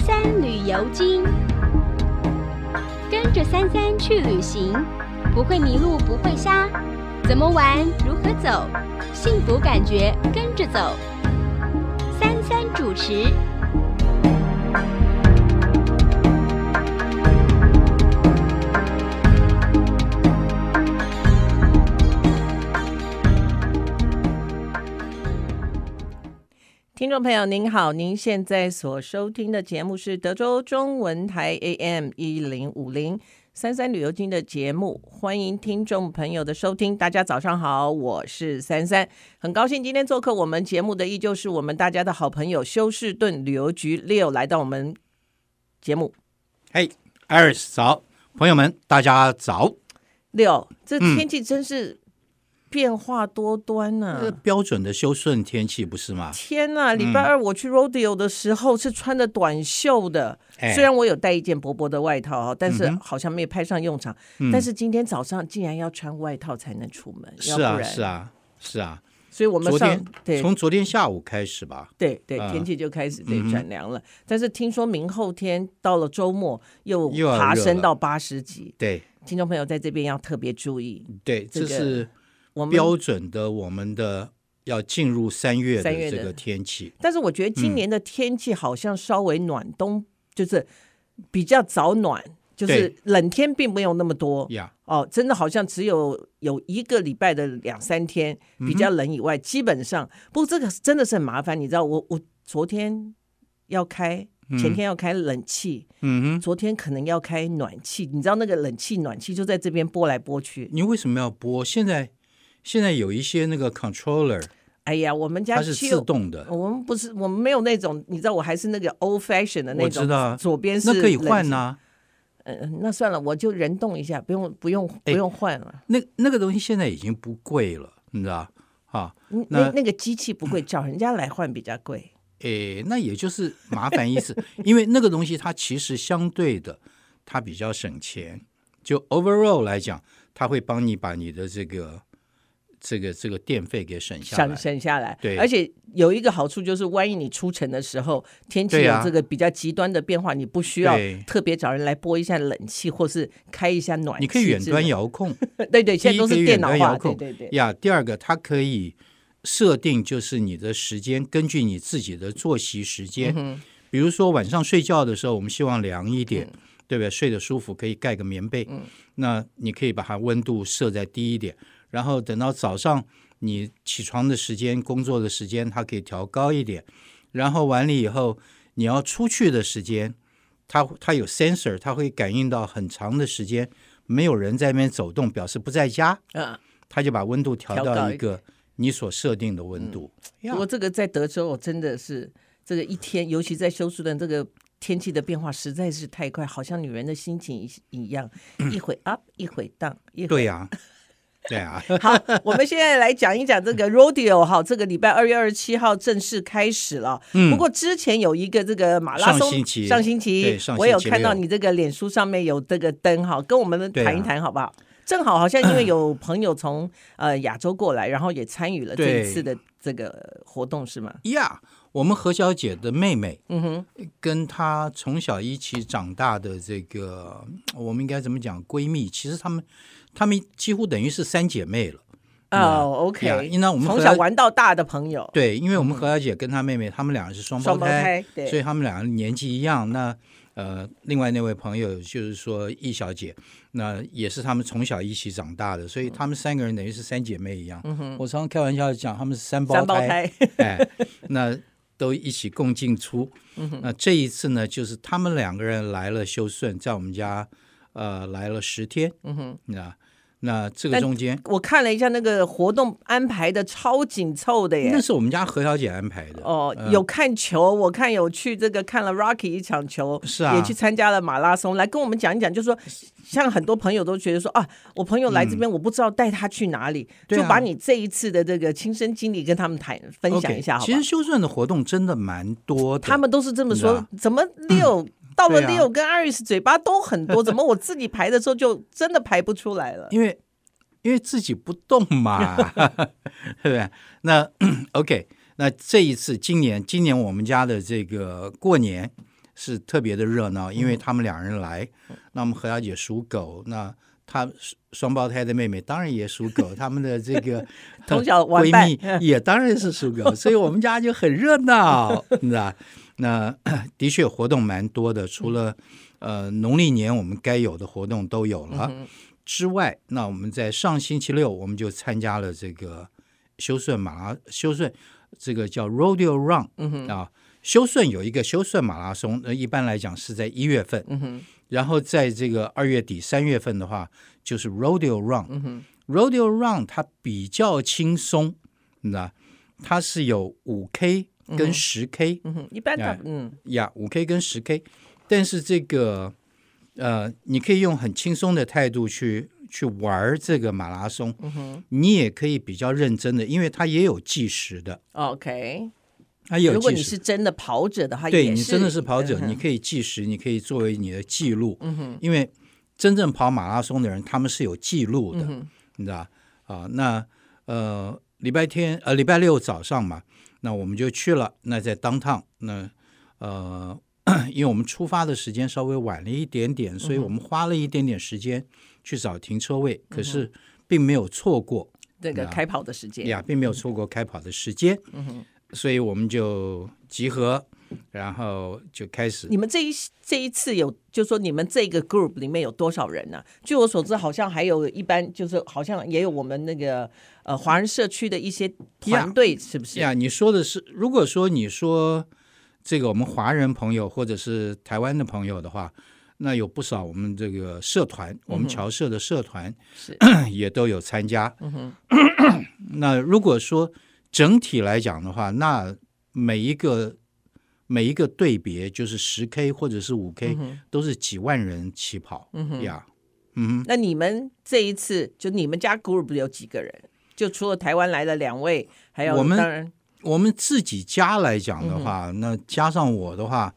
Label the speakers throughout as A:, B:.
A: 三旅游经，跟着三三去旅行，不会迷路，不会瞎，怎么玩，如何走，幸福感觉跟着走。三三主持，
B: 听众朋友您好，您现在所收听的节目是德州中文台 AM 一零五零三三旅游经的节目，欢迎听众朋友的收听。大家早上好，我是三三，很高兴今天做客我们节目的依旧是我们大家的好朋友休士顿旅游局 Leo 来到我们节目。
C: 嘿，艾瑞斯哎早，朋友们，大家早。
B: Leo，这
C: 嗯
B: 天气真是变化多端啊呢、
C: 这标准的修顺天气不是吗？
B: 天呐！
C: 嗯
B: 礼拜二我去 rodeo 的时候是穿的短袖的，
C: 哎嗯
B: 虽然我有带一件薄薄的外套哈，但是好像没有派上用场。但是今天早上竟然要穿外套才能出门，
C: 是
B: 要不
C: 啊，
B: 然
C: 是，啊，是啊。
B: 所以我们
C: 昨
B: 上
C: 天
B: 对
C: 从昨天下午开始吧，
B: 对对，
C: 啊
B: 天气就开始对
C: 嗯哼
B: 转凉了。但是听说明后天到了周末又
C: 又要
B: 爬
C: 热
B: 升
C: 了
B: 到八十级，
C: 对
B: 听众朋友在这边要特别注意。
C: 对，
B: 这
C: 这
B: 个
C: 是
B: 我们
C: 标准的我们的要进入三月
B: 三月
C: 的
B: 的
C: 这个天气。
B: 但是我觉得
C: 嗯
B: 今年的天气好像稍微暖冬，就是比较早暖，就是
C: 对
B: 冷天并没有那么多
C: 呀
B: 哦，真的好像只有有一个礼拜的两三天
C: 嗯
B: 比较冷以外，基本上不过这个真的是很麻烦，你知道我我昨天要开。前
C: 嗯
B: 天要开冷气，
C: 嗯哼，
B: 昨天可能要开暖气，你知道那个冷气暖气就在这边拨来拨去。
C: 你为什么要播？现在现在有一些那个 controller，
B: 哎呀，我们家
C: 它是
B: 就
C: 自动的，
B: 我们不是，我们没有那种，你知道，我还是那个 old fashion 的那
C: 我
B: 种，
C: 知道啊
B: 左边是
C: 那可以换啊
B: 呐、
C: 呐。
B: 嗯、那算了，我就人动一下，不用不用不
C: 哎
B: 用换了。
C: 那那个东西现在已经不贵了，你知道啊？
B: 嗯
C: 那
B: 那那个机器不贵，找人家来换比较贵。
C: 诶，那也就是麻烦一次，因为那个东西它其实相对的，它比较省钱。就 overall 来讲，它会帮你把你的这个这个这个电费给省下
B: 省
C: 来。
B: 省下来，
C: 对
B: 而且有一个好处就是，万一你出城的时候天气
C: 对
B: 有
C: 啊
B: 这个比较极端的变化，你不需要
C: 对
B: 特别找人来拨一下冷气，或是开一下暖气
C: 你
B: 之
C: 可以
B: 类的。
C: 远端遥控，
B: 对对，现在
C: 第一
B: 都
C: 可
B: 是
C: 以
B: 电
C: 远
B: 脑
C: 端
B: 化，
C: 遥
B: 对
C: 控
B: 对对，
C: 呀。第二个，它可以设定就是你的时间，根据你自己的作息时间。比如说晚上睡觉的时候，我们希望凉一点，
B: 嗯
C: 对不对？睡得舒服，可以盖个棉被。那你可以把它温度设在低一点，然后等到早上你起床的时间、工作的时间，它可以调高一点。然后完了以后，你要出去的时间，它它有 sensor，它会感应到很长的时间没有人在那边走动，表示不在家。
B: 嗯。
C: 它就把温度调
B: 调高
C: 到
B: 一嗯
C: 一个你所设定的温度。呀
B: 不过这个在德州，我真的是这个一天，尤其在休斯顿，这个天气的变化实在是太快，好像女人的心情一一样，一会 up，一会 down，一会
C: 对呀、对啊呀、
B: 好，我们现在来讲一讲这个 rodeo 哈，这个礼拜二月二十七号正式开始了。
C: 嗯
B: 不过之前有一个这个马拉松，
C: 上星期
B: 上星期
C: 对上星期
B: 我有看到
C: 六
B: 你这个脸书上面有这个灯哈，跟我们
C: 对啊
B: 谈一谈好不好？正好好像 因为有朋友从呃亚洲过来，然后也参与了这一
C: 对
B: 次的这个活动是吗？
C: 呀我们何小姐的妹妹
B: 嗯哼，
C: 跟她从小一起长大的这个，我们应该怎么讲？闺蜜，其实她们她们几乎等于是三姐妹了。
B: 哦
C: 呀
B: ，OK，
C: 那我们
B: 从
C: 和
B: 小玩到大的朋友，
C: 对，因为我们何小姐跟她妹妹，她们两个是双
B: 双胞胎，
C: 所
B: 对，
C: 以他们两个年纪一样。那呃，另外那位朋友就是说易小姐，那也是他们从小一起长大的，所以他们三个人等于是三姐妹一样。我常常开玩笑讲，他们是三
B: 嗯
C: 胞
B: 三胞胎，
C: 哎，那都一起共进出。
B: 嗯
C: 那这一次呢，就是他们两个人来了修顺，在我们家呃来了十天。嗯哼，那那这个
B: 但
C: 中间。
B: 我看了一下那个活动安排的超紧凑的耶，
C: 那是嗯我们家何小姐安排的
B: 哦，有看球，我看有去这个看了 Rocky 一场球，
C: 是啊
B: 也去参加了马拉松。来跟我们讲一讲，就是说，像很多朋友都觉得说啊，我朋友来这边，我不知道带他去哪里，
C: 嗯对啊
B: 就把你这一次的这个亲身经历跟他们谈分享一下，好
C: o
B: 不
C: 其
B: 好
C: 实？修顺的活动真的蛮多的，
B: 他们都是这么
C: 是
B: 说
C: 啊，
B: 怎么六到了
C: 对啊
B: 六跟 Iris 嘴巴都很多，怎么我自己排的时候就真的排不出来了？
C: 因为因为自己不动 嘛，对不对？ 那 OK，那这一次今年今年我们家的这个过年是特别的热闹，因为
B: 嗯
C: 他们两人来，那我们何小姐属狗，那她双胞胎的妹妹当然也属狗，他们的这个
B: 从小玩
C: 闺
B: 伴
C: 蜜 也当然是属狗，所以我们家就很热闹，你知道？那的确活动蛮多的，除
B: 嗯
C: 了呃农历年我们该有的活动都有
B: 嗯
C: 了、之外，那我们在上星期六我们就参加了这个修顺马拉修顺这个叫 Rodeo Run，嗯哼啊。修顺有一个修顺马拉松，呃，一般来讲是在一月份，
B: 嗯哼，
C: 然后在这个二月底三月份的话，就是 Rodeo Run，
B: 嗯哼，
C: Rodeo Run 它比较轻松，那它是有五 K 跟十 K
B: 嗯哼，一般的
C: 哎，
B: 嗯
C: 呀，五 K 跟十 K，但是这个呃，你可以用很轻松的态度去去玩儿这个马拉松，
B: 嗯
C: 你也可以比较认真的，因为它也有计时的，
B: ，OK。
C: 它也有
B: 如果
C: 计
B: 你
C: 时
B: 是。真的跑者的话，
C: 对
B: 也
C: 你
B: 是
C: 真的是跑者，
B: 嗯
C: 你可以计时，你可以作为你的记录。因为真正跑马拉松的人，他们是有记录
B: 嗯
C: 的，你知道吧啊、那呃，礼拜天呃，礼拜六早上嘛，那我们就去了。那在当趟，那呃， 因为我们出发的时间稍微晚了一点点，
B: 嗯
C: 所以我们花了一点点时间去找停车位，
B: 嗯
C: 可是并没有错过。
B: 那个
C: 啊
B: 开跑的时间，
C: 呀，并没有错过开跑的时间，
B: 嗯
C: 所以我们就集合，然后就开始
B: 你们这一这一次有，就说你们这个 group 里面有多少人呢、据我所知，好像还有一般，就是好像也有我们那个呃华人社区的一些团队是不是？
C: 呀。你说的是，如果说你说这个我们华人朋友或者是台湾的朋友的话，那有不少我们这个社团，我们侨社的社团、
B: 嗯是 嗯
C: 也都有参加。 那如果说整体来讲的话，那每一个。每一个队别就是十 K 或者是五 K，、都
B: 嗯
C: 是几万人起跑、呀。嗯哼，
B: 那你们这一次就你们家 group 有几个人？就除了台湾来的两位，还有
C: 我们
B: 当然
C: 我们自己家来讲的
B: 嗯
C: 话，那加上我的话，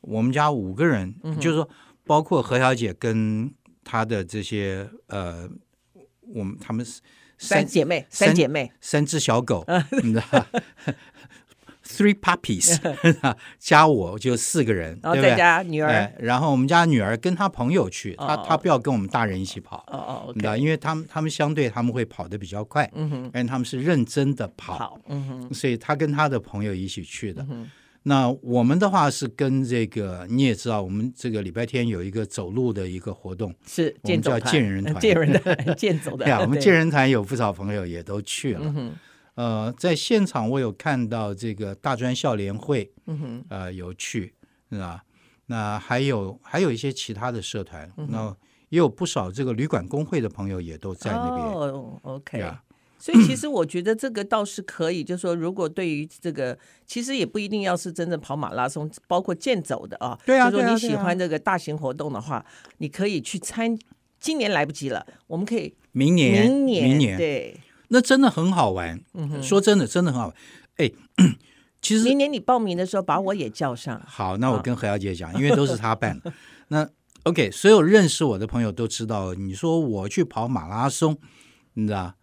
C: 我们家五个人，
B: 嗯
C: 就是说包括何小姐跟她的这些呃，我们他们是
B: 三啊
C: 三
B: 姐妹，
C: 三
B: 三姐妹
C: 三只小狗，你知道 ，three puppies，加我就四个人，
B: 然后
C: 对不
B: 再
C: 对？
B: 加女儿，
C: 哎，然后我们家女儿跟她朋友去，她
B: 哦
C: 她不要跟我们大人一起跑，
B: 哦哦
C: 你知道，
B: ，OK，
C: 因为他们他们相对他们会跑得比较快，嗯哼，而且他们是认真的跑，
B: 好，嗯哼，
C: 所以他跟他的朋友一起去
B: 嗯
C: 的。那我们的话是跟这个你也知道，我们这个礼拜天有一个走路的一个活动，
B: 是
C: 我
B: 健
C: 们
B: 走
C: 叫
B: 团，
C: 健人团
B: 呃健人 的健走的
C: 对，啊，我们
B: 对嗯
C: 健人团有不少朋友也都去了。呃，在现场我有看到这个大专校联会，嗯、呃，有去，是吧？那还有还有一些其他的社团，
B: 嗯
C: 那也有不少这个旅馆工会的朋友也都在那边。
B: 哦，OK，
C: 对啊
B: 所以其实我觉得这个倒是可以，就是说，如果对于这个，其实也不一定要是真正跑马拉松，包括健走的啊，
C: 对啊
B: 就是
C: 对
B: 说
C: 啊
B: 你
C: 对
B: 喜
C: 啊
B: 欢这个大型活动的话，你可以去参。今年来不及了，我们可以
C: 明年，
B: 明年，
C: 明年，
B: 对，
C: 那真的很好玩。说真的，真的很好玩。哎， 其实
B: 明年你报名的时候把我也叫上。
C: 好，那我跟何小姐讲，因为都是她办的。 那 OK，所有认识我的朋友都知道，你说我去跑马拉松，你知道？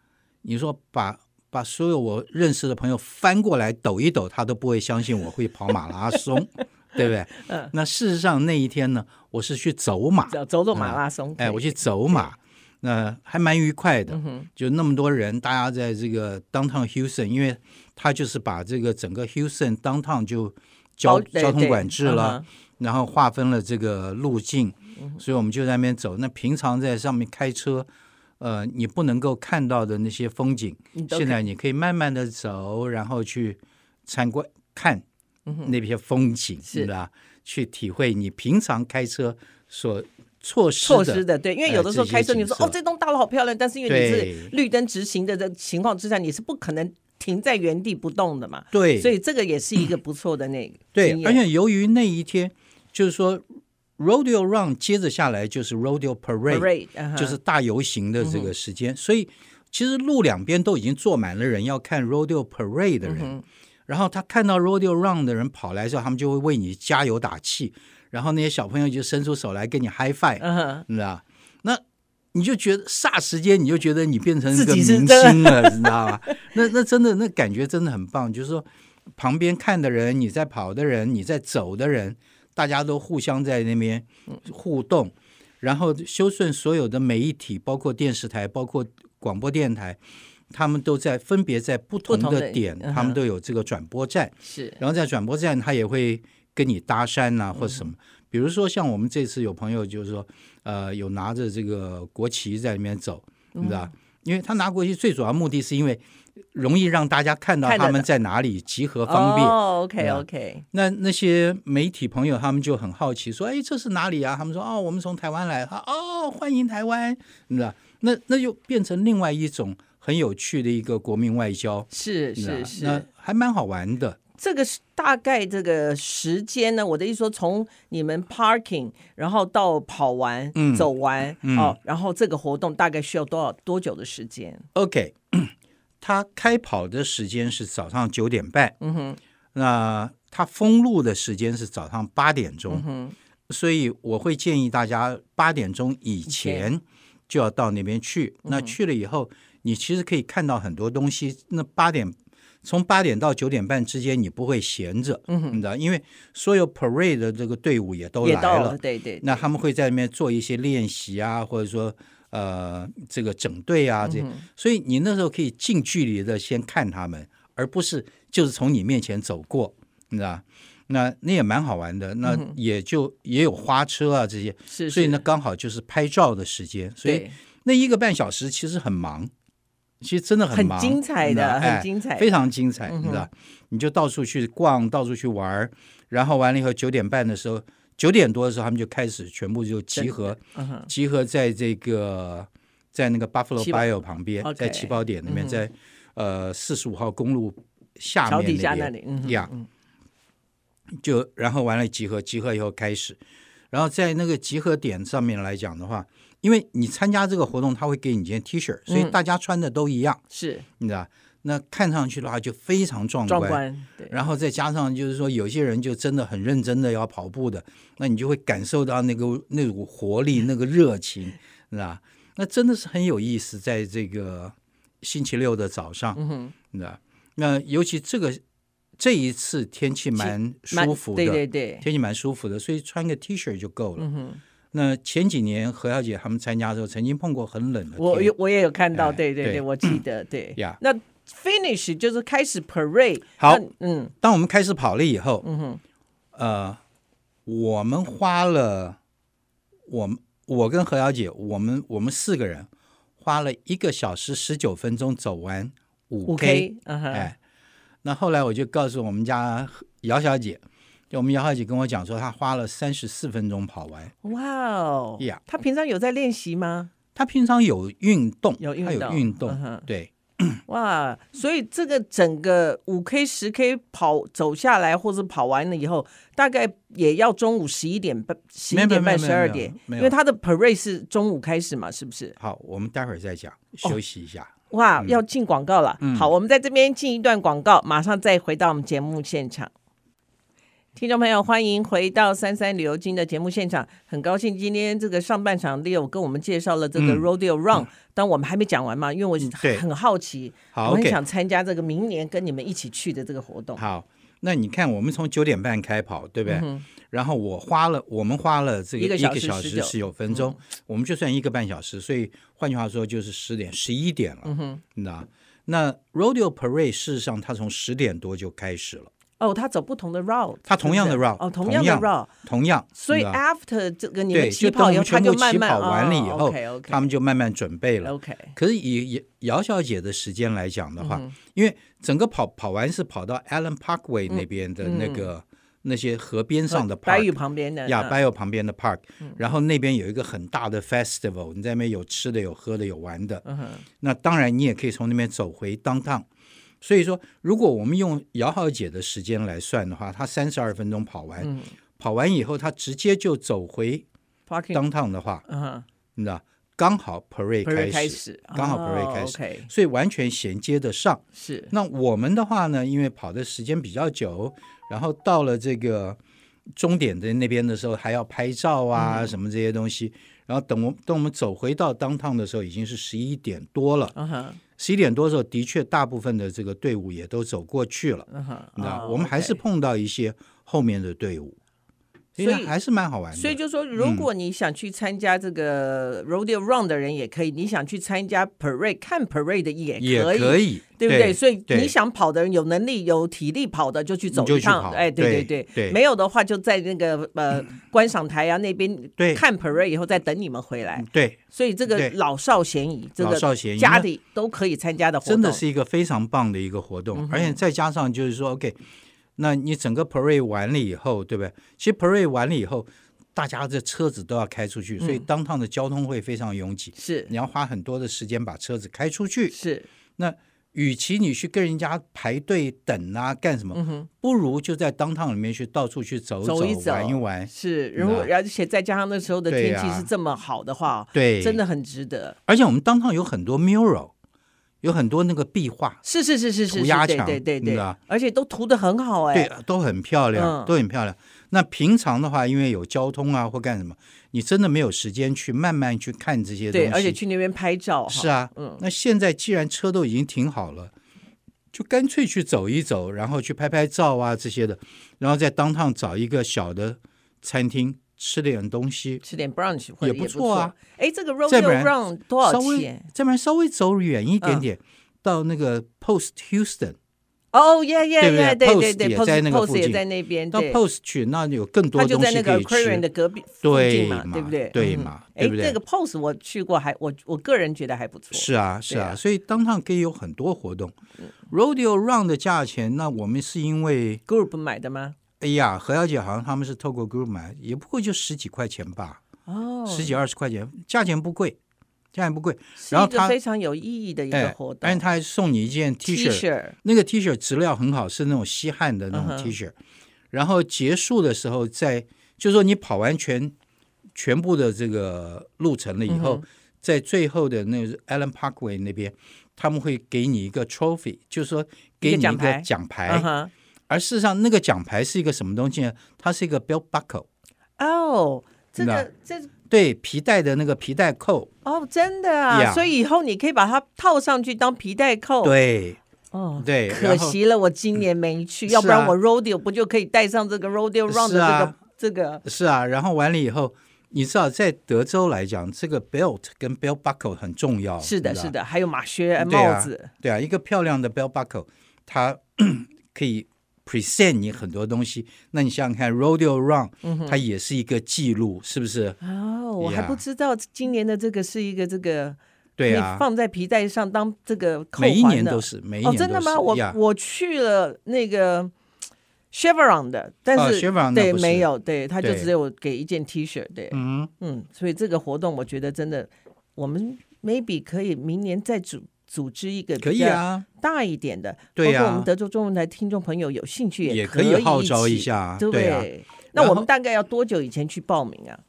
C: 你说把把所有我认识的朋友翻过来抖一抖，他都不会相信我会跑马拉松，对不对？那事实上那一天呢，我是去走马，
B: 走走走马拉松，
C: 哎，我
B: 去
C: 去走马，那还蛮愉快
B: 嗯
C: 的。就那么多人，大家在这个 downtown Houston，因为他就是把这个整个 Houston downtown 就
B: 哦
C: 交交通管制
B: 嗯
C: 了，，然后划分了这个路径，所以我们就在那边走。那平常在上面开车。呃，你不能够看到的那些风景，
B: 对嗯哼你都可以
C: 现在你可以慢慢的走，然后去参观看那些风景，
B: 嗯是
C: 是吧？去体会你平常开车所错失
B: 措
C: 的。
B: 施的，对，因为
C: 哎
B: 有的时候
C: 这些
B: 开车，你
C: 景
B: 说
C: 色
B: 哦，这栋大楼好漂亮，但是因为你是
C: 对
B: 绿灯直行的这情况之下，你是不可能停在原地不动的嘛。
C: 对，
B: 所以这个也是一个不错的那个经
C: 对，
B: 验
C: 而且由于那一天，就是说 rodeo run 接着下来就是 rodeo parade，,
B: parade 嗯哼
C: 就是大游行的这个时间，所以其实路两边都已经坐满了人要看 rodeo
B: 嗯
C: parade 的人，然后他看到 rodeo run 的人跑来的时候，他们就会为你加油打气，然后那些小朋友就伸出手来跟你 high five，、
B: 嗯哼，
C: 你知道？啊那你就觉得霎时间，你就觉得你变成一
B: 自
C: 个
B: 己
C: 明
B: 是
C: 星了，你知道吧？ 那那真的那感觉真的很棒，就是说旁边看的人，你在跑的人，你在走的人，大家都互相在那边互动，然后修顺所有的媒体，包括电视台，包括广播电台，他们都在分别在不同
B: 不同
C: 的
B: 的
C: 点，
B: 嗯哼
C: 他们都有这个转播站，
B: 是，
C: 然后在转播站他也会跟你搭讪
B: 嗯
C: 呐、或什么。比如说像我们这次有朋友就是说，呃，有拿着这个国旗在里面走，
B: 嗯
C: 你知道吧。因为他拿国旗最主要目的是因为容易让大家看到
B: 看得
C: 他们
B: 到
C: 在哪里集合方便，
B: 哦，OK
C: 对吧
B: OK，
C: 那那些媒体朋友他们就很好奇，说：“哎，这是哪里啊？”他们说：“哦，我们从台湾来。”啊，哦，欢迎台湾，你知道？那那就变成另外一种很有趣的一个国民外交，
B: 是
C: 你知道
B: 是
C: 那
B: 是，
C: 还蛮好玩的。
B: 这个是大概这个时间呢，我的意思说，从你们 parking，然后到跑完、
C: 嗯
B: 走完、
C: 嗯
B: 哦，然后这个活动大概需要多少多久的时间？
C: OK，他开跑的时间是早上九点半，
B: 嗯哼，
C: 那他封路的时间是早上八点钟
B: 嗯，哼，
C: 所以我会建议大家八点钟以
B: 前嗯
C: 前就要到那边去。那去了以后，你其实可以看到很多东西。那八点从八点到九点半之间，你不会闲着，
B: 嗯
C: 你知道，因为所有 parade 的这个队伍也都
B: 也
C: 来
B: 到
C: 了，
B: 对对，
C: 那他们会在那边做一些练习啊，或者说呃这个整队啊
B: 嗯
C: 这，所以你那时候可以近距离的先看他们，而不是就是从你面前走过，你知道吧。那那也蛮好玩的，那也就、也有花车啊这些，
B: 嗯是，
C: 所以
B: 是
C: 呢，刚好就是拍照的时间，所以
B: 对
C: 那一个半小时其实很忙，其实真的
B: 很
C: 忙，
B: 精彩
C: 你知道
B: 的很
C: 哎
B: 精彩嗯
C: 非常精彩，你知道，你就到处去逛，到处去玩儿，然后完了以后九点半的时候，九点多的时候他们就开始全部就集合，
B: 嗯哼，
C: 集合在这个在那个 Buffalo
B: 起跑
C: Bio 旁边，
B: OK 嗯
C: 在起跑点那边，在呃四十五号公路下
B: 桥
C: 面
B: 底下那
C: 边
B: 里，嗯哼
C: 呀
B: 嗯
C: 就然后完了集合，集合以后开始，然后在那个集合点上面来讲的话，因为你参加这个活动，他会给你一件 T 恤，所以
B: 嗯
C: 大家穿的都一样，
B: 是
C: 你知道，那看上去的话就非常壮
B: 壮观，对，
C: 然后再加上就是说，有些人就真的很认真的要跑步的，那你就会感受到那个那股活力、那个热情，是吧？那真的是很有意思，在这个星期六的早上，
B: 嗯哼，
C: 是吧？那尤其这个这一次天气蛮
B: 蛮
C: 舒服的，
B: 对对对，
C: 天气蛮舒服的，所以穿个 T 恤就够了。
B: 嗯哼，
C: 那前几年何小姐他们参加的时候，曾经碰过很冷的天，
B: 我有我也有看到，
C: 哎
B: 对对
C: 对
B: 对，我记得，对
C: 呀，
B: 那 finish 就是开始 parade，
C: 好
B: 那，嗯
C: 当我们开始跑了以后，
B: 嗯哼，
C: 呃，我们花了，我们我跟何小姐，我们我们四个人花了一个小时十九分钟走完五
B: 五 K，嗯哼，
C: 哎，那后来我就告诉我们家姚小姐，就我们姚小姐跟我讲说，她花了三十四分钟跑完。
B: 哇哦
C: Yeah
B: 他平常有在练习吗？
C: 她平常有运动，
B: 有运
C: 她有
B: 动
C: 运动，
B: 嗯哼
C: 对，
B: 哇，所以这个整个五 K、十 K 跑走下来，或者跑完了以后，大概也要中午十一点半、十一
C: 没有没有
B: 点半、
C: 没
B: 十
C: 有没
B: 二
C: 有
B: 点，因
C: 没有
B: 为他的 parade 是中午开始嘛，是不是？
C: 好，我们待会儿再讲，
B: 哦
C: 休息一下。
B: 哇，
C: 嗯
B: 要进广告了。好，我们在这边进一段广告，马上再回到我们节目现场。听众朋友，欢迎回到三三旅游金的节目现场。很高兴今天这个上半场 Leo 跟我们介绍了这个
C: 嗯
B: Rodeo Run，、但我们还没讲完嘛，因为我
C: 对
B: 很好奇，
C: 好
B: 我很
C: ，OK，
B: 想参加这个明年跟你们一起去的这个活动。
C: 好，那你看，我们从九点半开跑，对不对？
B: 嗯
C: 然后我花了，我们花了这个
B: 一个
C: 一
B: 小时嗯
C: 个小时十
B: 19
C: 九分钟，我们就算一个半小时，所以换句话说就是十点、十一点了，
B: 嗯哼
C: 你知道？那 rodeo parade 事实上它从十点多就开始了，
B: 哦，他走不同的 route，
C: 它同样的
B: 是不是
C: route，
B: 哦，同
C: 同
B: 样的
C: 样
B: route，
C: 同样，
B: 所以
C: 你知道
B: after 这个你们
C: 对，
B: 起
C: 就等
B: 跑
C: 我
B: 以后，
C: 们
B: 他
C: 全
B: 就
C: 部
B: 慢
C: 起
B: 慢哦
C: 跑完了以后，
B: ，OK OK，
C: 他们就慢慢准备了。
B: OK，
C: 可是以以姚小姐的时间来讲的话，
B: 嗯
C: 因为整个跑跑完是跑到 Allen Parkway
B: 嗯
C: 那边的那个、那些河边上的 park，
B: 哦白宇嗯呃旁边的
C: 亚
B: 嗯
C: 巴友旁边的 park，、然后那边有一个很大的 festival，你在那边有吃的、有喝的、有玩的。
B: 嗯哼
C: 那当然，你也可以从那边走回 downtown。所以说，如果我们用姚浩姐的时间来算的话，她三十二分钟跑完，
B: 嗯
C: 跑完以后她直接就走回
B: parking，
C: downtown 的话，
B: 嗯哼
C: 你知道，刚好 parade 开
B: ，parade
C: 始，
B: 开始，
C: 刚好 parade 开始，
B: 始，
C: 所以完全衔接得上。
B: 是
C: 那我们的话呢，因为跑的时间比较久，然后到了这个终点的那边的时候，还要拍照啊、
B: 嗯
C: 什么这些东西。然后等我等我们走回到当趟的时候，已经是十一点多了。
B: 嗯哼
C: 十一点多的时候，的确大部分的这个队伍也都走过去了，
B: 嗯哼，
C: 你知道，
B: 哦
C: 我们还是
B: OK
C: 碰到一些后面的队伍。其
B: 所以
C: 实还是蛮好玩的。嗯
B: 所以就说，如果你想去参加这个 rodeo run 的人也可以，你想去参加 parade 看 parade 的也
C: 也
B: 可以，
C: 可以，
B: 对不对？所以
C: 对
B: 你想跑的人，有能力、有体力跑的就去走
C: 你就
B: 一
C: 去
B: 趟，
C: 跑
B: 哎，对
C: 对
B: 对
C: 对嗯
B: 没有的话就在那个呃观赏台啊那边
C: 对
B: 看 parade 以后再等你们回来。
C: 对，
B: 所以这个
C: 对
B: 老少咸宜，这
C: 老
B: 个
C: 少咸宜
B: 家
C: 那
B: 里都可以参加的活动，嗯
C: 真的是一个非常棒的一个活动，而且再加上就是说，OK，那你整个 parade 完了以后，对不对？其实 parade 完了以后，大家的车子都要开出
B: 嗯
C: 去，所以当趟的交通会非常拥挤，
B: 是
C: 你要花很多的时间把车子开出去。
B: 是
C: 那与其你去跟人家排队等啊干什么，不如就在当趟里面去到处去走
B: 嗯走一走
C: 玩一玩。
B: 是，如果
C: 那
B: 而且再加上那时候的
C: 嗯对
B: 天气
C: 呀
B: 是这么好的话，
C: 对，
B: 真的很值得。
C: 而且我们当趟有很多 mural，有很多那个壁画，
B: 是是是是是，
C: 涂鸦
B: 对
C: 墙
B: 对对
C: 你
B: 对
C: 知道，
B: 而且都涂的很好哎、
C: 对，都很漂亮，
B: 嗯
C: 都很漂亮。那平常的话，因为有交通啊或干什么，你真的没有时间去慢慢去看这些东
B: 对，
C: 西。
B: 而且去嗯那边拍照哈，
C: 是啊，那现在既然车都已经停好了，就干脆去走一走，然后去拍拍照啊这些的，然后在当趟找一个小的餐厅吃点东西，
B: 吃点 brunch 或者
C: 也
B: 也
C: 不
B: 错
C: 错啊。
B: 哎，这个
C: 再
B: rodeo
C: 不然
B: run 多少
C: 稍微
B: 钱？
C: 再不然稍微走远一点点，到那个 Post Houston。
B: 哦耶耶
C: 对不
B: 耶，
C: 对
B: 对对
C: Post
B: 对
C: 也在那个
B: ，pose
C: 附
B: 也
C: 近
B: 在那边，
C: 到
B: 对，
C: Post 去，那有更多
B: 它就
C: 东
B: 在那
C: 西可
B: 个
C: 以
B: aquarium 的
C: 吃。
B: 隔壁附近
C: 对
B: 嘛，对不对？
C: 对
B: 嗯
C: 嘛，
B: 哎，
C: 对不对？
B: 这个 pose 我去过，还我我个人觉得还不错。
C: 是啊，是
B: 对
C: 啊，
B: 啊嗯
C: 所以当趟可以有很多活动。Rodeo Run 的价钱，那我们是因为，
B: group 买的吗？
C: 哎呀，何小姐好像他们是透过 Group 买，也不过就十几块钱吧，
B: 哦，
C: 十几二十块钱，价钱不贵，价钱不贵。
B: 是
C: 然
B: 一
C: 后
B: 个
C: 他
B: 非常有意义的一个
C: 哎
B: 活，动
C: 而且。他还送你一件 T
B: T
C: 恤，
B: 恤
C: 那个 T 恤质量很好，是那种吸汗的那
B: 嗯哼
C: 种 T 恤。然后结束的时候再，就说你跑完全全部的这个路程了以
B: 嗯
C: 后，在最后的那个 Allen Parkway 那边，他们会给你一个 trophy，就是说给
B: 一个
C: 你一
B: 奖牌
C: 个奖牌。
B: 嗯哼，
C: 而事实上，那个奖牌是一个什么东西呢？它是一个 belt buckle，
B: 哦，这
C: 那
B: 个这
C: 对，皮带的那个皮带扣。
B: 哦，真的啊
C: Yeah
B: 所以以后你可以把它套上去当皮带扣。，
C: 对
B: 哦，
C: 对，
B: 可
C: 哎然后
B: 惜了，我今年没去，
C: 嗯
B: 要不然
C: 是啊
B: 我 rodeo 不就可以带上这个 rodeo round 的这
C: 是
B: 个、
C: 啊
B: 这个？
C: 是啊，然后完了以后，你知道在德州来讲，这个 belt 跟 belt buckle 很重要。
B: 是的，
C: 你知道
B: 是的，还有马靴、
C: 啊
B: 呃
C: 对啊
B: 帽子，
C: 对啊，一个漂亮的 belt buckle，它可以 present 你很多东西。那你想想看，rodeo run，、它
B: 嗯
C: 也是一个记录，是不是？
B: 哦，我还
C: Yeah
B: 不知道今年的这个是一个这个，
C: 对
B: 你
C: 啊，
B: 放在皮带上当这个扣环
C: 每
B: 的。
C: 一年都是，每一
B: 哦，
C: 年都是。
B: 真的吗？我
C: 呀
B: 我去了那个 Chevron 的，但
C: 哦
B: 是、
C: ，Chevron 那
B: 对
C: 不是
B: 没有，对他就
C: 对
B: 只有给一件 T 恤，对，嗯所以这个活动我觉得真的，我们 maybe 可以明年再组组织一个比
C: 可以
B: 较
C: 啊，
B: 大一点的，
C: 对
B: 包括我们
C: 啊
B: 德州中文台听众朋友有兴趣
C: 也
B: 可
C: 可
B: 以
C: 以号召
B: 一
C: 一
B: 起
C: 下啊
B: 对
C: 对啊
B: 那
C: 然
B: 我
C: 后
B: 们大概要多久以前去报名啊？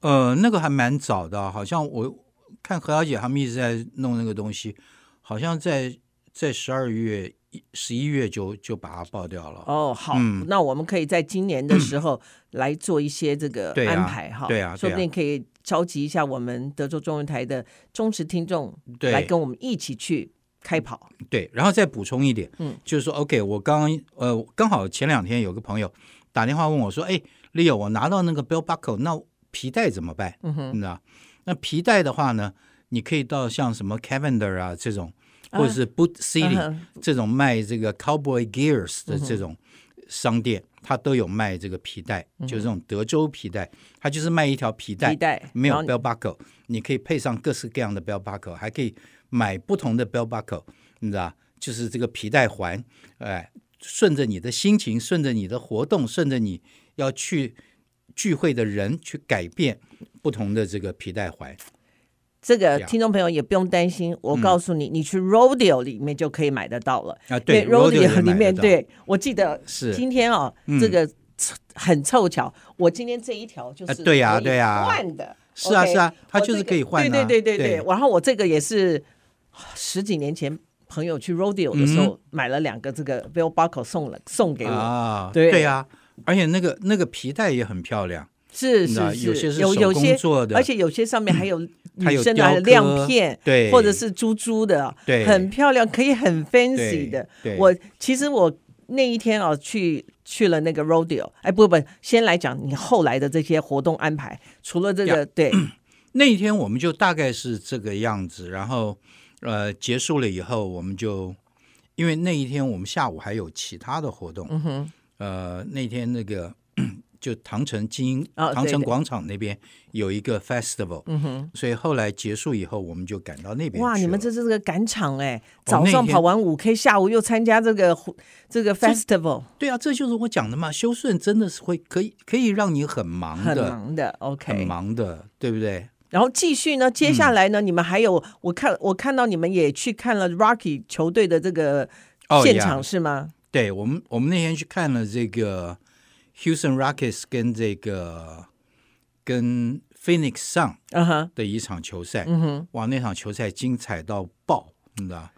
C: 呃，那个还蛮早的，啊好像我看何小姐他们一直在弄那个东西，好像在在十二月、十一月就就把它爆掉了。
B: 哦，好，
C: 嗯
B: 那我们可以在今年的时 候来做一些这个
C: 对啊
B: 安排哈，
C: 对啊对啊
B: 说不定可以召集一下我们德州中文台的忠实听众
C: 对嗯
B: 来跟我们一起去开跑。
C: 对，然后再补充一点，
B: 嗯
C: 嗯，就是说，OK，我刚呃刚好前两天有个朋友打电话问我说，哎，Leo，我拿到那个 belt buckle，那皮带怎么办？嗯哼，你知道，那皮带的话呢，你可以到像什么 Cavender 啊这种，或者是 Boot City、
B: 嗯
C: 这种卖这个 Cowboy Gears 的这种商店，它都有卖这个皮带，就是这种德州皮带，它就是卖一条嗯皮带，
B: 皮带
C: 没
B: 然
C: 有
B: 后
C: bell buckle，你可以配上各式各样的 bell buckle，还可以买不同的 bell buckle，你知道，就是这个皮带环，哎，顺着你的心情，顺着你的活动，顺着你要去聚会的人去改变不同的这个皮带环。
B: 这个
C: Yeah
B: 听众朋友也不用担心，
C: 嗯
B: 我告诉你，你去 Rodeo 里面就可以买得到了。
C: 啊对
B: 因为
C: Rodeo 也买得
B: 里面，
C: 到
B: 对我记得
C: 是嗯
B: 今天哦，这个很凑巧，我今天这一条就是
C: 啊对呀
B: 可以
C: 对呀
B: 换的。
C: 是啊
B: OK，
C: 是啊它
B: 我
C: 就
B: 这
C: 是
B: 个
C: 可以换啊
B: 对对对对
C: 对
B: 对。然后我这个也是十几年前朋友去 Rodeo 的
C: 嗯
B: 时候买了两个这个 Bill Buckle 送了送给我，
C: 啊，
B: 对
C: 啊，而且那个那个皮带也很漂亮，
B: 是
C: 你知道
B: 是
C: 有些是
B: 有
C: 手
B: 有
C: 工
B: 些
C: 做的
B: 而且有些上面还有
C: 还
B: 女
C: 有
B: 生的还有
C: 雕刻
B: 亮片，
C: 对
B: 或者是珠珠的，
C: 对
B: 很漂亮，可以很 fancy
C: 对
B: 的。
C: 对
B: 我其实我那一天哦，去去了那个 rodeo，哎，不不，先来讲你后来的这些活动安排，除了这个对，
C: 那一天我们就大概是这个样子，然后呃结束了以后，我们就因为那一天我们下午还有其他的活动，嗯哼，呃那天那个 就唐城精英、
B: 哦
C: 唐城
B: 对对
C: 广场那边有一个 festival，嗯哼，所以后来结束以后，我们就赶到那边去
B: 哇，你们
C: 了
B: 这是个赶场哎，
C: 哦那
B: 早
C: 一
B: 上
C: 天
B: 跑完五 K，下午又参加这个活这个 festival，
C: 对啊，这就是我讲的嘛，修顺真的是会可以可以让你很忙
B: 很
C: 的，
B: 忙的
C: 很
B: ，OK。
C: 忙的，对不对？
B: 然后继续呢，接下来呢，你们还有我看我看到你们也去看了 Rocky 球队的这个
C: 哦
B: 现
C: 呀
B: 场是吗？
C: 对我们，我们那天去看了这个 Houston Rockets 跟这个跟 Phoenix Sun
B: 嗯哼，
C: 的一场球赛，
B: 嗯哼，
C: 哇，那场球赛精彩到爆，你知道？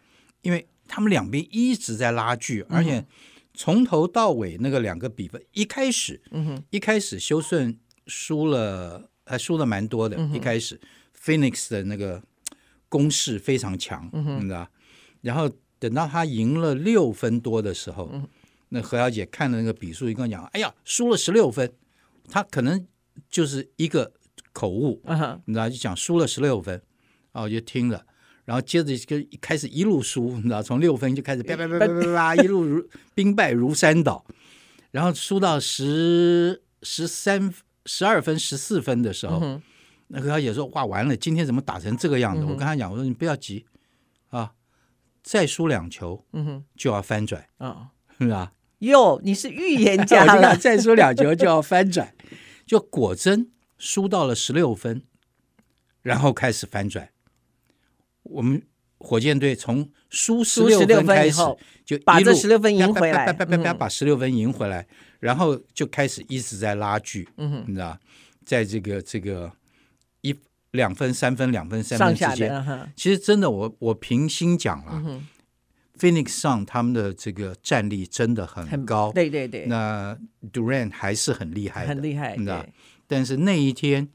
C: 因为他们两边一直在拉锯，
B: 嗯
C: 而且从头到尾那个两个比分，一开始，
B: 嗯哼，
C: 一开始休顺输了，还输了蛮多的。
B: 嗯
C: 一开始 Phoenix 的那个攻势非常强，嗯、你知道？然后等到他赢了六分多的时候，
B: 嗯
C: 那何小姐看了那个比数，就跟我讲：“哎呀，输了十六分。”她可能就是一个口误，
B: 嗯哼，
C: 你知道，就讲输了十六分，啊，我就听了。然后接着就一开始一路输，你知道，从六分就开始啪啪啪啪啪啪，一路如兵败如山倒，然后输到十十三、十二分、十四分的时
B: 嗯
C: 候，那何小姐说：“哇，完了，今天怎么打成这个样子？”我跟她讲：“我说你不要急啊，再输两球
B: 嗯哼，
C: 就要翻转，
B: 哦，
C: 是吧？
B: 哟，你是预言家
C: 哦我 就跟她
B: 了，
C: 再输两球就要翻转，就果真输到了十六分，然后开始翻转。我们火箭队从输十
B: 输
C: 六
B: 16分
C: 开
B: 以
C: 始
B: 后，
C: 就
B: 把
C: 一
B: 这
C: 路
B: 16分赢
C: 啪啪
B: 回
C: 啪
B: 来
C: 啪啪啪
B: 嗯
C: 把十六分赢回来，然后就开始一直在拉锯，
B: 嗯哼
C: 你知道，在这个这个一两分、三分、两分、三
B: 上
C: 分之
B: 下
C: 间，
B: 的，嗯哼
C: 其实真的我我平心讲啦、
B: 哼
C: p h o e n i x 上他们的这个战力真的很
B: 很
C: 高，
B: 对对对，
C: 那 Durant 还是很厉害的，
B: 很厉害，
C: 嗯啊
B: 对
C: 但是那一天，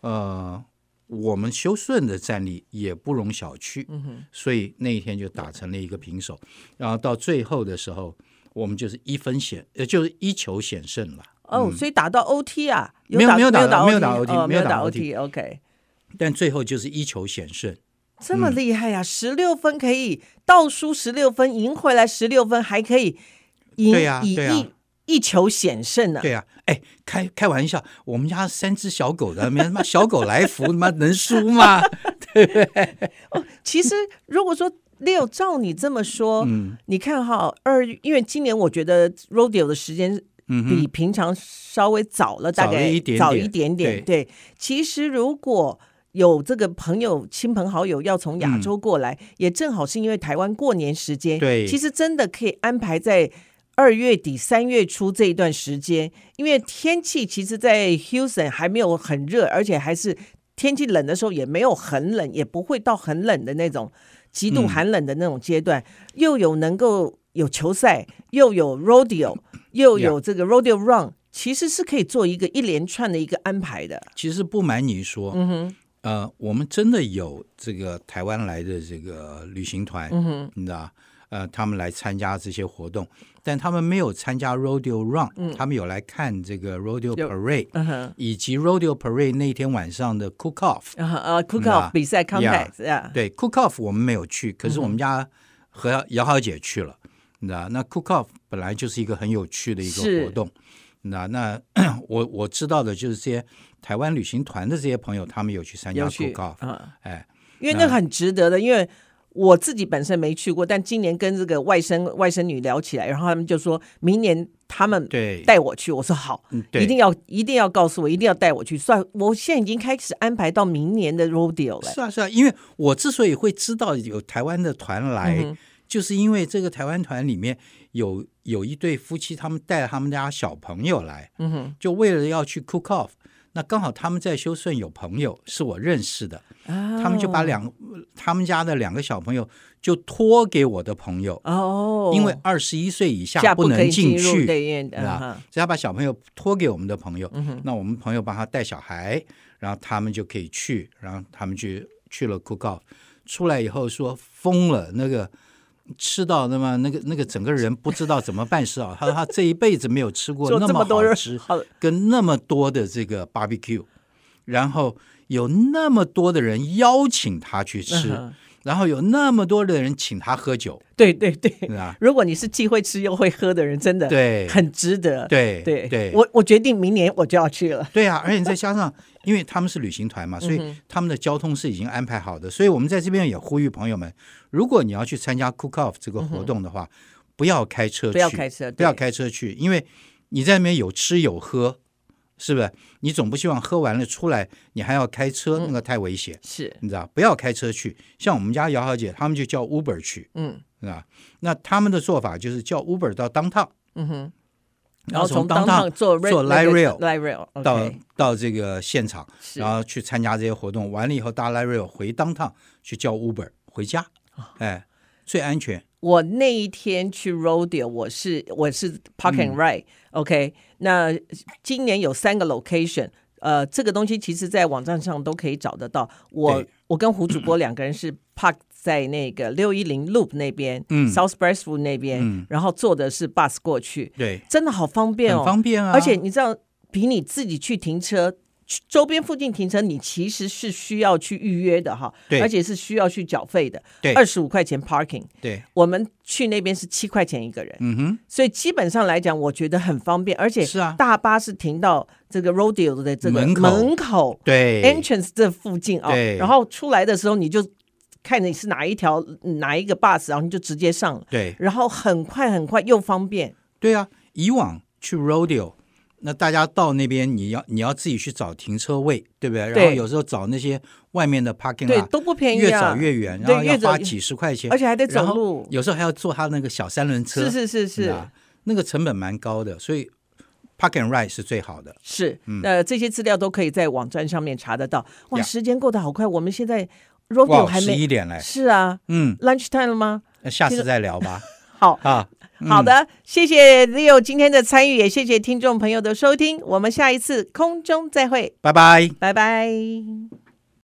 C: 呃，我们修顺的战力也不容小觑，
B: 嗯哼
C: 所以那一天就打成了一个平手。然后到最后的时候，我们就是一分险，呃，就是一球险胜了。
B: 哦，所以打到 OT 啊，
C: 嗯没有
B: 打
C: 没有打到
B: 没有
C: 没有打 OT，
B: 哦
C: 没
B: 没
C: 有打嗯
B: 打
C: OT
B: OT，OK，
C: 但最后就是一球险胜，
B: 这么厉害呀，十六分可以倒输十六分，赢回来十六分，还可以赢
C: 对呀
B: 以
C: 对呀
B: 一一球险胜呢。
C: 对呀、啊，哎，开开玩笑，我们家三只小狗的，没他妈小狗来福，他妈能输吗？
B: 其实如果说六照你这么说，
C: 嗯
B: 你看哈，二因为今年我觉得 rodeo 的时间
C: 嗯
B: 比平常稍微早了，大
C: 早了
B: 概
C: 一点
B: 早
C: 点
B: 一点点。对，其实如果有这个朋友、亲朋好友要从亚洲过来，也正好是因为台湾过年时间，
C: 嗯对
B: 其实真的可以安排在。二月底、三月初这一段时间，因为天气其实，在呃 Houston 还没有很热，而且还是天气冷的时候，也没有很冷，也不会到很冷的那种极度寒冷的那种阶段，又有能够有球赛，又有 rodeo，又有这个 rodeo run，其实是可以做一个一连串的一个安排的。
C: 其实不瞒你说，嗯哼，呃，我们真的有这个台湾来的这个旅行团，嗯哼，你知道，呃，他们来参加这些活动，但他们没有参加 rodeo run，、他们有来看这个
B: 有
C: rodeo parade，
B: 嗯哼，
C: 以及 rodeo parade 那天晚上的 cook off，、
B: 啊啊
C: 啊
B: ，cookout 比赛 contest 啊，
C: 对 cook off 我们没有去，可是我们家和姚浩姐去了，你知道，那 cook off 本来就是一个很有趣的一
B: 是
C: 个活动。那那 我我知道的就是这些台湾旅行团的这些朋友，他们有去参加
B: 有趣
C: cook off，
B: 啊，
C: 哎，
B: 因为那很值得的，因为。我自己本身没去过，但今年跟这个外甥外甥女聊起来，然后他们就说明年他们
C: 对，
B: 带我去，我说好，
C: 嗯对，
B: 一定要一定要告诉我，一定要带我去。算，我现在已经开始安排到明年的 rodeo 了。
C: 是啊是啊，因为我之所以会知道有台湾的团来，
B: 嗯
C: 就是因为这个台湾团里面有有一对夫妻，他们带他们家小朋友来，
B: 嗯哼，
C: 就为了要去 cook off。那刚好他们在修顺有朋友是我认识的，
B: 啊
C: 他们就把两他们家的两个小朋友就托给我的朋友，
B: 哦，
C: 因为二十一岁以
B: 下
C: 下
B: 不可
C: 能
B: 以进
C: 进
B: 入
C: 去，啊
B: 对因为
C: 是吧
B: 嗯哼
C: 所以他把小朋友托给我们的朋
B: 嗯
C: 友，那我们朋友帮他带小孩，然后他们就可以去，然后他们去去了 cook off，出来以后说疯了，那个吃到那么那个那个整个人不知道怎么办是啊。他 说他这一辈子没有吃过
B: 做
C: 那
B: 这么多
C: 好
B: 人
C: 吃
B: 好
C: 跟那么多的这个 barbecue，然后有那么多的人邀请他去吃，
B: 嗯哼
C: 然后有那么多的人请他喝酒，
B: 对对对，
C: 是吧？
B: 如果你是既会吃又会喝的人，真的
C: 嗯对
B: 很值得。
C: 对
B: 对
C: 对
B: 我我决定明年我就要去了。
C: 对啊，而且再加上，因为他们是旅行团
B: 嗯
C: 嘛，所以他们的交通是已经安排好的。所以我们在这边也呼吁朋友们，如果你要去参加 Cook Off 这个活动的话，不要开车
B: 嗯不
C: 去，
B: 要开车对
C: 不要开车去，因为你在那边有吃有喝，是不是？你总不希望喝完了出来你还要开车，
B: 嗯
C: 那个太危险，
B: 是，
C: 你知道？不要开车去。像我们家姚小姐，他们就叫 Uber 去，
B: 嗯
C: 啊，那他们的做法就是叫 Uber 到 downtown，
B: 嗯哼，
C: 然后从
B: 当趟
C: downtown
B: 坐
C: 坐
B: light
C: light rail
B: light rail
C: 到
B: OK，
C: 到这个现场，
B: 是
C: 然后去参加这些活动，完了以后大 Larry 回当趟去叫 Uber 回家，
B: 啊
C: 哎，最安全。
B: 我那一天去 rodeo，我是我是 park
C: 嗯
B: and ride，OK、那今年有三个 location，呃，这个东西其实在网站上都可以找得到。我
C: 对
B: 我跟胡主播两个人是 park 在那个六一零 loop 那边，
C: 嗯
B: ，South Brestwood 那边，
C: 嗯
B: 然后坐的是 bus 过去，
C: 对，
B: 真的好方便哦，
C: 很方便啊。
B: 而且你知道，比你自己去停车，去周边附近停车，你其实是需要去预约的哈，
C: 对
B: 而且是需要去缴费的，
C: 对
B: 二十五块钱 parking。
C: 对，
B: 我们去那边是七块钱一个人，
C: 嗯哼，
B: 所以基本上来讲，我觉得很方便，而且
C: 是啊
B: 大巴是停到这个 rodeo 的这个
C: 门口
B: 门口
C: 对
B: entrance 这附近啊、
C: 对
B: 然后出来的时候你就看你是哪一条哪一个 bus，然后你就直接上了，
C: 对
B: 然后很快很快又方便，
C: 对啊。以往去 rodeo，那大家到那边你要你要自己去找停车位，对不对？然后
B: 对
C: 有时候找那些外面的 parking
B: 对，
C: lot。
B: 都不便宜、啊，
C: 越找越远，
B: 对
C: 然后
B: 越
C: 要
B: 走
C: 花
B: 越
C: 几十块钱，
B: 而且还得
C: 然
B: 走
C: 后
B: 路，
C: 有时候还要坐他那个小三轮车，
B: 是是是是
C: 啊，那个成本蛮高的，所以 park and ride 是最好的。
B: 是，呃，这些资料都可以在网站上面查得到。哇，
C: 嗯呀
B: 时间过得好快，我们现在 rodeo
C: 哇，
B: 还
C: 十
B: 没
C: 一点嘞，
B: 是啊
C: 嗯，
B: ，lunch time 了吗？
C: 那下
B: 其
C: 次
B: 实
C: 再聊吧。
B: 好。
C: 啊，
B: 好的，谢谢 Leo 今天的参与，也谢谢听众朋友的收听，我们下一次空中再会，
C: 拜拜。
B: 拜拜。